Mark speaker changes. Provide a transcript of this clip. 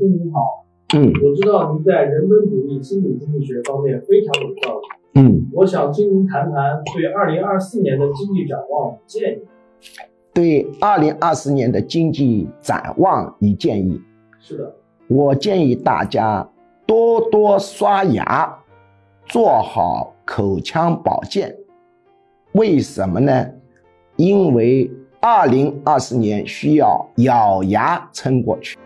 Speaker 1: 司你好，
Speaker 2: 嗯
Speaker 1: 我知道您在人文主义心理经济学方面非常有造诣，
Speaker 2: 嗯，
Speaker 1: 我想听您谈谈对二零二四年的经济展望与建议。
Speaker 2: 对二零二四年的经济展望与建议，
Speaker 1: 是的，
Speaker 2: 我建议大家多多刷牙，做好口腔保健。为什么呢？因为二零二四年需要咬牙撑过去。